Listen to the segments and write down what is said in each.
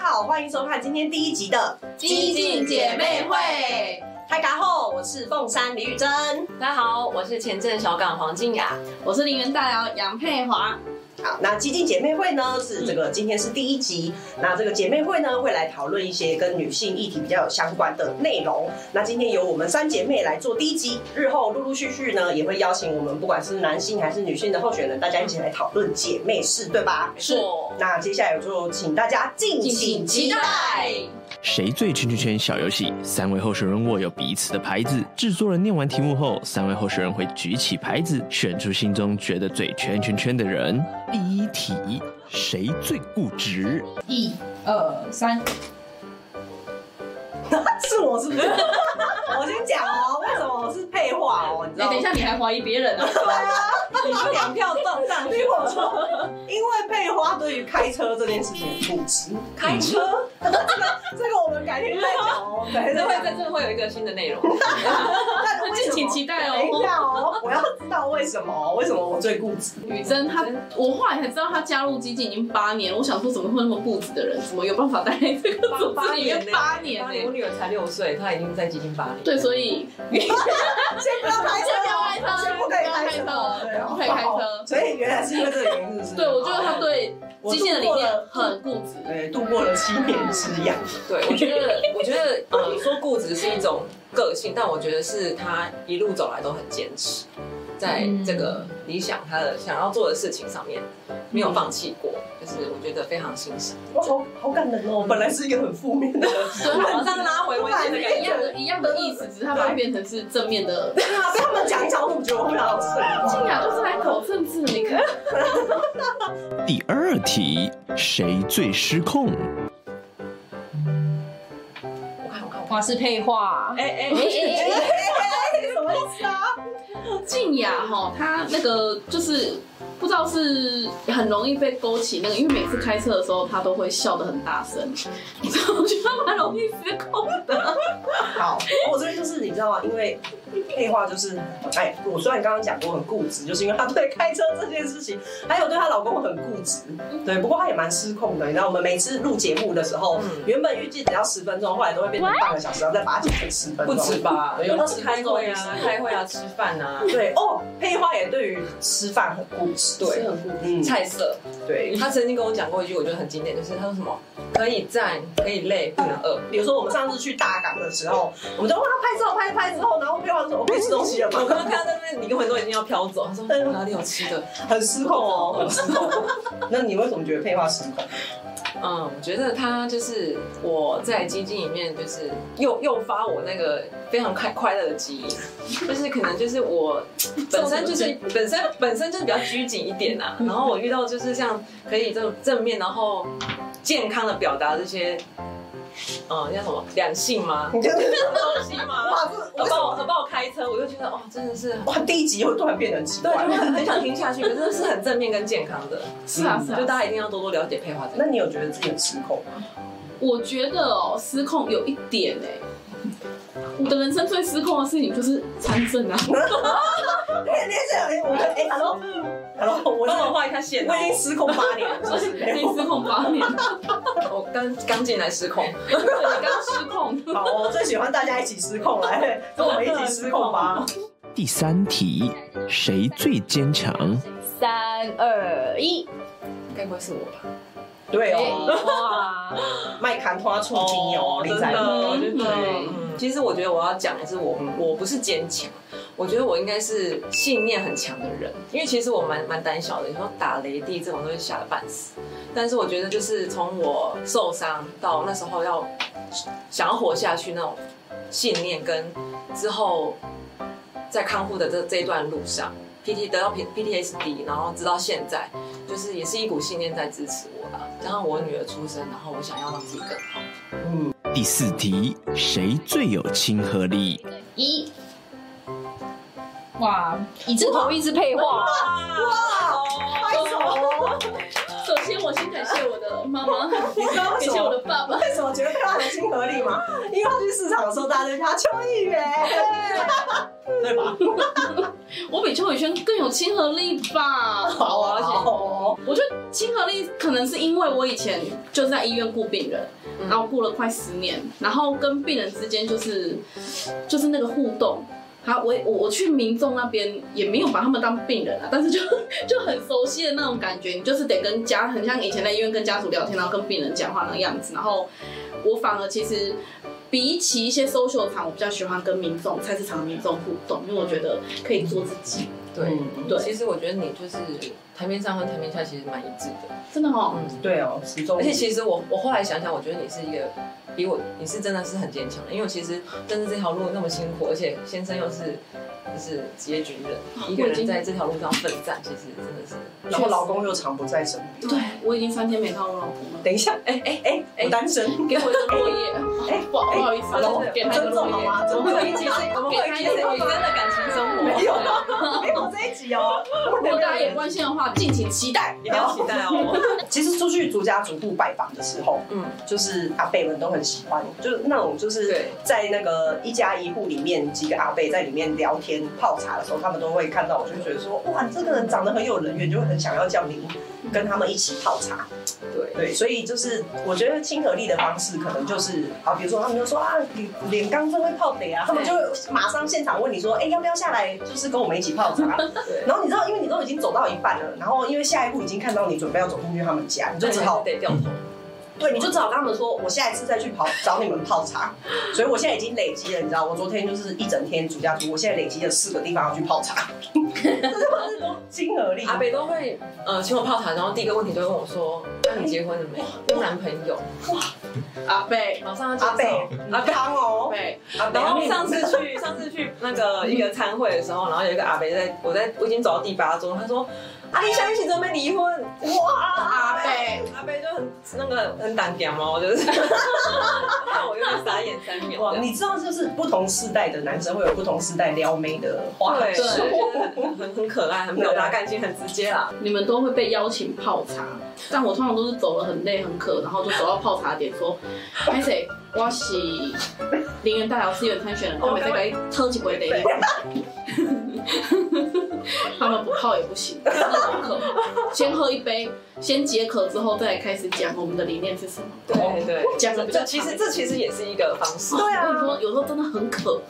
好，欢迎收看今天第一集的《激进姐妹会》。开咖后，我是凤山李宇珍。大家好，我是前镇小港黄静雅。我是林园大寮杨佩华。好，那激进姐妹会呢是这个今天是第一集，那这个姐妹会呢会来讨论一些跟女性议题比较有相关的内容。那今天由我们三姐妹来做第一集，日后陆陆续续呢也会邀请我们不管是男性还是女性的候选人，大家一起来讨论姐妹事，对吧？是那接下来就请大家敬请期待。谁最圈圈圈小游戏，三位候选人握有彼此的牌子。制作人念完题目后，三位候选人会举起牌子，选出心中觉得最圈圈圈的人。第一题，谁最固执？一二三，是我是不是？ 我先讲哦，为什么我是配话哦？你知哎、道吗？等一下你还怀疑别人呢、对啊，你是两票动荡。听我说，因为佩花对于开车这件事情很固执。开车，这个我们改天再讲 哦，改天这再会讲。在这会有一个新的内容。但为什么敬请期待哦等一下哦，我要知道为什么，为什么我最固执？雨珍她，我后来才知道她加入基金已经八年，我想说怎么会那么固执的人，怎么有办法待在这个组织里面八年八呢、年，我女儿才六岁，她已经在接近八年。对，所以先不要开车先不要开哦，车先不可以开车哦，不对哦要开车不可以开车所以原来是因为这个原因，是不是？对我觉得她对我基度金的理过念了，很固执。对，度过了七年之痒。对，我觉得，我觉得，呃，说固执是一种个性，但我觉得是她一路走来都很坚持，在这个理想她的想要做的事情上面没有放弃过，就是我觉得非常欣赏。我好好感人哦！本来是一个很负面 的，对，她好像马上拉回温馨的感一觉样。的一样的意思，只是她把它变成是正面的。对啊，被他们讲一讲，我觉得我会好生气啊静雅就是来口政治，你看。第二题，谁最失控？我看，我看，我看。花是配画，哎哎哎哎什么意思啊？静雅哈，她那个就是不知道是很容易被勾起那个，因为每次开车的时候，她都会笑得很大声，所以我觉得她蛮容易失控的。好，我这边就是你知道吗？因为配话就是，哎，我虽然刚刚讲过很固执，就是因为她对开车这件事情，还有对她老公很固执，对。不过她也蛮失控的，你知道，我们每次录节目的时候，嗯原本预计只要十分钟，后来都会变成半个小时，然后再把它剪成十分不钟，止吧？对有二十分开钟会啊，开会啊，吃饭啊，对哦，配话也对于吃饭很固执，对，嗯，菜色。对。他曾经跟我讲过一句，我觉得很经典，就是他说什么可以站，可以累，不能饿。比如说我们上次去大港的时候，我们都问他拍照，拍拍之后，然后配话说：“我可以吃东西了 我刚吗刚看到那边，你跟很多已经要飘走，他说哎哪里有吃的？？”很失控哦，很失控。那你为什么觉得配话失控？嗯，我觉得他就是我在基金里面，就是诱诱发我那个非常快快乐的记忆，就是可能就是我本 身就是本身本身就是比较拘谨一点啊，然后我遇到就是像可以这种正面，然后健康的表达这些，嗯，叫什么两性吗？你真的东西吗？哇，这他为什帮么我他帮我开车，我就觉得哇，真的是，哇第一集会突然变得很奇对，怪？就是很想听下去，可是是很正面跟健康的，是啊是就啊，大家一定要多多了解配花这那个。你有觉得自己很失控 吗？我觉得哦，失控有一点哎、我的人生最失控的事情就是参政 啊，哎，你是哎，我哎，hello，hello，我帮我是画一下线哦我已经失控八年了，就是已经失控八年，我刚刚进来失控，对，刚失控。好，我最喜欢大家一起失 控，来跟我们一起失控吧。第三题，谁最坚强？嗯三二一，该不会是我吧？对哦，啊哇！麦砍花醋精油，哦你哦真在的，我觉对得，嗯其实我觉得我要讲的是我，我不是坚强，我觉得我应该是信念很强的人，因为其实我蛮蛮胆小的，你说打雷地这种东西吓得半死，但是我觉得就是从我受伤到那时候要想要活下去那种信念，跟之后在康复的这这一段路上，P T 得到 P P T S D，然后直到现在，就是也是一股信念在支持我啦。加上我女儿出生，然后我想要让自己更好。嗯，第四题，谁最有亲和力？一，哇！一字头一字配画，哇！拍手 哦。首先，我先感谢我的妈妈，你知道为感什谢我么的？爸爸。为什么觉得配话很亲和力 吗？ 因为他去市场的时候，大家就叫他邱议员，对吧？我比邱宇轩更有亲和力吧？好而啊，且好我觉得亲和力可能是因为我以前就是在医院顾病人，然后顾了快十年，然后跟病人之间就是就是那个互动。好，我我我去民众那边也没有把他们当病人啊，但是就就很熟悉的那种感觉，你就是得跟家很像以前在医院跟家属聊天，然后跟病人讲话那个样子。然后我反而其实比起一些 social 场，我比较喜欢跟民众菜市场的民众互动，因为我觉得可以做自己，对嗯对其实我觉得你就是台面上和台面下其实蛮一致的，真的哦。嗯，对哦，始终而且其实我我后来想想，我觉得你是一个比我你是真的是很坚强的，因为我其实真的这条路那么辛苦，而且先生又是就是职业军人，一个我已经人在这条路上奋战，其实真 的是。然后老公又常不在身边。对，我已经三天没看我老公了。等一下，哎哎哎，我单身，给我一个落 叶，哎不好不好意思， hello，给他一个尊落重好叶。吗？尊我重们会一起，我们会一起真的感情生 活，没有， 没有这一集哦。如果大家有关心的话，敬请期待。一定要期待哦。其实出去逐家逐户拜访的时候， 嗯，就是阿伯们都很喜欢，就是那种就是对在那个一家一户里面几个阿伯在里面聊天泡茶的时候，他们都会看到我，就觉得说哇，这个人长得很有人缘，就会很想要叫您跟他们一起泡茶。对，对，所以就是我觉得亲和力的方式，可能就是啊，比如说他们就说啊，你脸刚真会泡得啊，他们就会马上现场问你说，哎、要不要下来，就是跟我们一起泡茶？对然后你知道，因为你都已经走到一半了，然后因为下一步已经看到你准备要走进去他们家，你就只好得掉头。对，你就只好跟他们说，我下一次再去跑找你们泡茶。所以我现在已经累积了，你知道，我昨天就是一整天暑假组，我现在累积了四个地方要去泡茶，这是都亲和力。阿北都会呃请我泡茶，然后第一个问题就会问我说：“那你结婚了没？有男朋友阿贝？”，马上要介绍阿贝，阿阿贝。康阿哦，贝，阿北然后上次去上次去那个一个餐会的时候，然后有一个阿北在我在我已经走到第八桌，他说：“阿丽想一起准备离婚。”哇，阿贝，阿北就很那个很胆敢嘛，我就是看我有点傻眼三秒。哇，你知道就是不同世代的男生会有不同世代撩妹的话对，术，就是很很很可爱，很表达感情，很直接啦。你们都会被邀请泡茶，但我通常都是走了很累很渴，然后就走到泡茶点说：“拍谁？我是林园大寮资源参选人，哦我每次来喝几杯得。” 他们不泡也不行，真的好渴。先喝一杯，先解渴之后再开始讲我们的理念是什么。对对，讲的比较这其实这其实也是一个方式。对啊我跟你说，有时候真的很渴，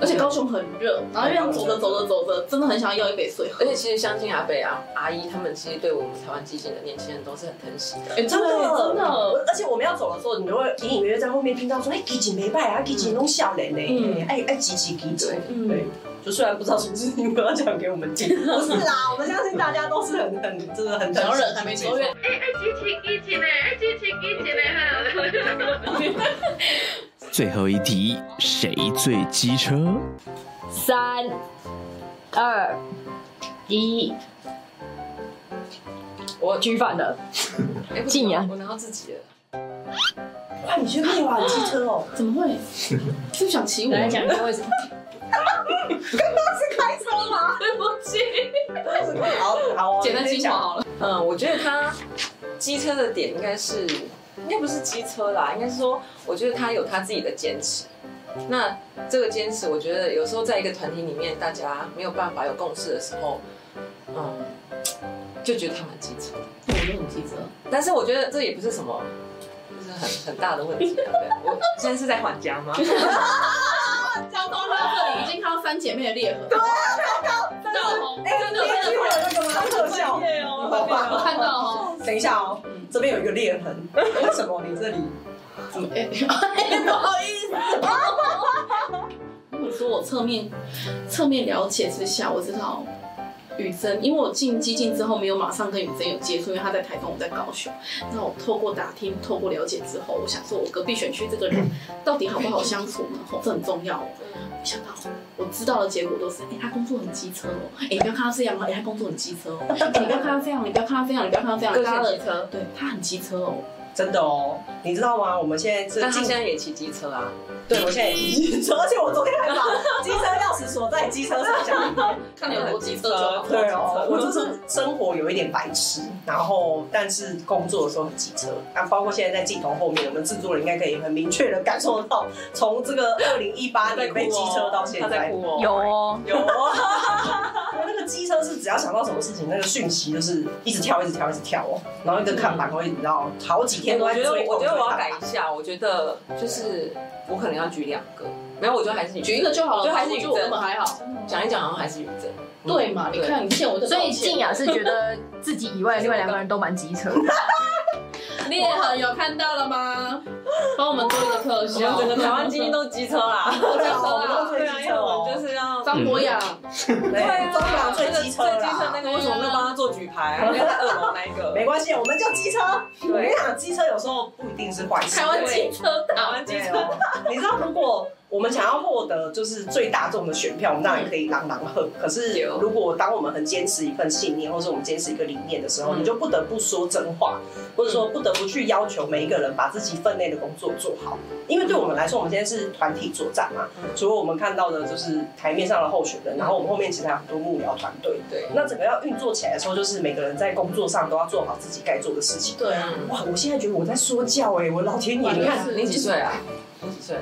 而且高雄很热，然后这样走着走着走着，真的很想要一杯水喝而。且其实相亲阿伯啊、阿姨他们，其实对我们台湾基进的年轻人都是很疼惜的。哎，真的真我的，而且我们要走的时候，你就会隐隐约约在后面听到说，哎、吉吉没拜啊，吉吉弄笑脸呢嗯，哎哎，吉吉吉嘴。嗯对，就虽然不知道是不是你们要讲给我们听， 不是啦，我们相信大家都是很 很真的很小忍还没说远。激情激情嘞，激情激情嘞哈。最后一题，谁最机车？三二一，我举反了，哎不行敬仰我拿到自己了。哇，哎你去内瓦机车哦，怎么会？是不是想骑我？来讲一个为什么？开车吗？ 对不起， 好好哦，简单精华讲。好了。嗯，我觉得他机车的点应该是，应该不是机车啦，应该是说，我觉得他有他自己的坚持。那这个坚持，我觉得有时候在一个团体里面，大家没有办法有共识的时候，嗯，就觉得他蛮机车的。我就很记着，但是我觉得这也不是什么，就是很很大的问题。对不对我 现在是在还家吗？交通到这里已经看到三姐妹的裂痕。对，看到，看到红，哎，看你到有真听我的，那个吗？特效。我看到哦。 等一下哦，这边有一个裂痕，为什么你这里？怎么？哎，不好意思。如果说我侧面侧面了解之下，我知道雨珍，因为我进基进之后没有马上跟雨珍有接触，因为她在台东，我在高雄。那我透过打听、透过了解之后，我想说，我隔壁选区这个人到底好不好相处呢？吼，这很重要哦。没想到我知道的结果都是，哎、他工作很机车哦，哎、你不要看他这样哦，哎、他工作很机车哦，哎、你不要看他这样，你不要看他这样，你不要看他这样，各他选机的车，对他很机车哦，真的哦，你知道吗？我们现在这 但他进现在也骑机车啊。对，我现在已经 说，而且我昨天还把机车钥匙锁在机车上想。看你有多机车就好。对哦，我就是生活有一点白痴，然后但是工作的时候很机车。那包括现在在镜头后面，我们制作人应该可以很明确的感受到，从这个二零一八他在年哭哦被机车到现他在在，哭 哦。有哦，有啊，机车是只要想到什么事情，那个讯息就是一直跳，一直跳，一直跳哦，然后一个看板会，你知道，好几天都我在觉得追。我觉得我要改一下，我觉得就是我可能要举两个，没有，我觉得还是你举一个就好了，就还是我宇觉得我根本珍，还好。讲一讲好像还是宇珍，对嘛？你看你欠我这道所歉，以静雅是觉得自己以外的另外两个人都蛮机车的，你也很有看到了吗？帮我们做一个特我们效，整个台湾精英都机车 啦，对啊，我我们们都都追对啊，机因车为我哦们，就是要。张博雅，对，啊中港最最机车最机车那啦。个为什么没有帮他做举牌？啊因为在二楼那一 个。没关系，我们就机车。我跟你讲，机车有时候不一定是坏事。台湾汽车我党，们机对车，哦，你知道，如果我们想要获得就是最大众的选票，我们当然可以朗朗喝。可是，如果当我们很坚持一份信念，或是我们坚持一个理念的时候，嗯你就不得不说真话，或者说不得不去要求每一个人把自己分内的工作做好。因为对我们来说，我们现在是团体作战嘛嗯，除了我们看到的就是台面上的候选人，然后我们后面其实还有很多幕僚团队。对那整个要运作起来的时候，就是每个人在工作上都要做好自己该做的事情。对啊，哇，我现在觉得我在说教哎、我老天爷，你看是你几岁啊？你几岁？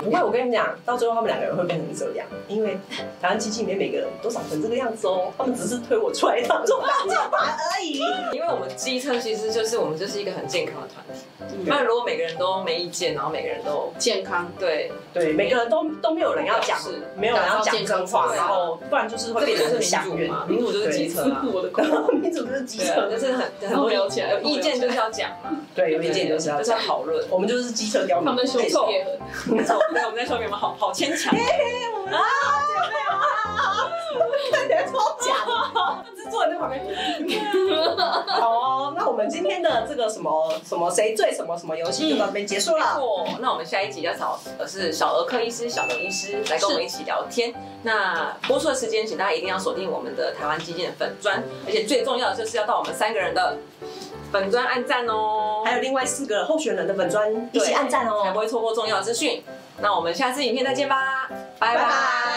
不会，我跟你讲，到最后他们两个人会变成这样，因为台湾机器里面每个人都长成这个样子哦，他们只是推我出来当做大家板而已。因为我们机车其实就是我们就是一个很健康的团体。那如果每个人都没意见，然后每个人都健康，对，对，每个人都都没有人要讲是，没有人要讲真话，打造健康然后不然就是会这变个成就很是相民主怨。嘛，民主就是机车啊。我的狗， 民主就是机对啊，车，就是很很多聊起来有意见就是要讲嘛，对，有意见就是要就是讲要，讨论。我们就是机车刁民。他们在修没错事业很没错，对，我们在说你们好好牵强，你在偷讲，制作人在旁边。 好哦，那我们今天的这个什么什么谁最什么什么游戏就到这边结束没了。错，那我们下一集要找的是小呃儿科医师、小刘医师来跟我们一起聊天。那播出的时间，请大家一定要锁定我们的台湾基金的粉砖，而且最重要的就是要到我们三个人的粉砖按赞哦，还有另外四个候选人的粉砖一起按赞哦才。不会错过重要的资讯。那我们下次影片再见吧，拜拜拜拜。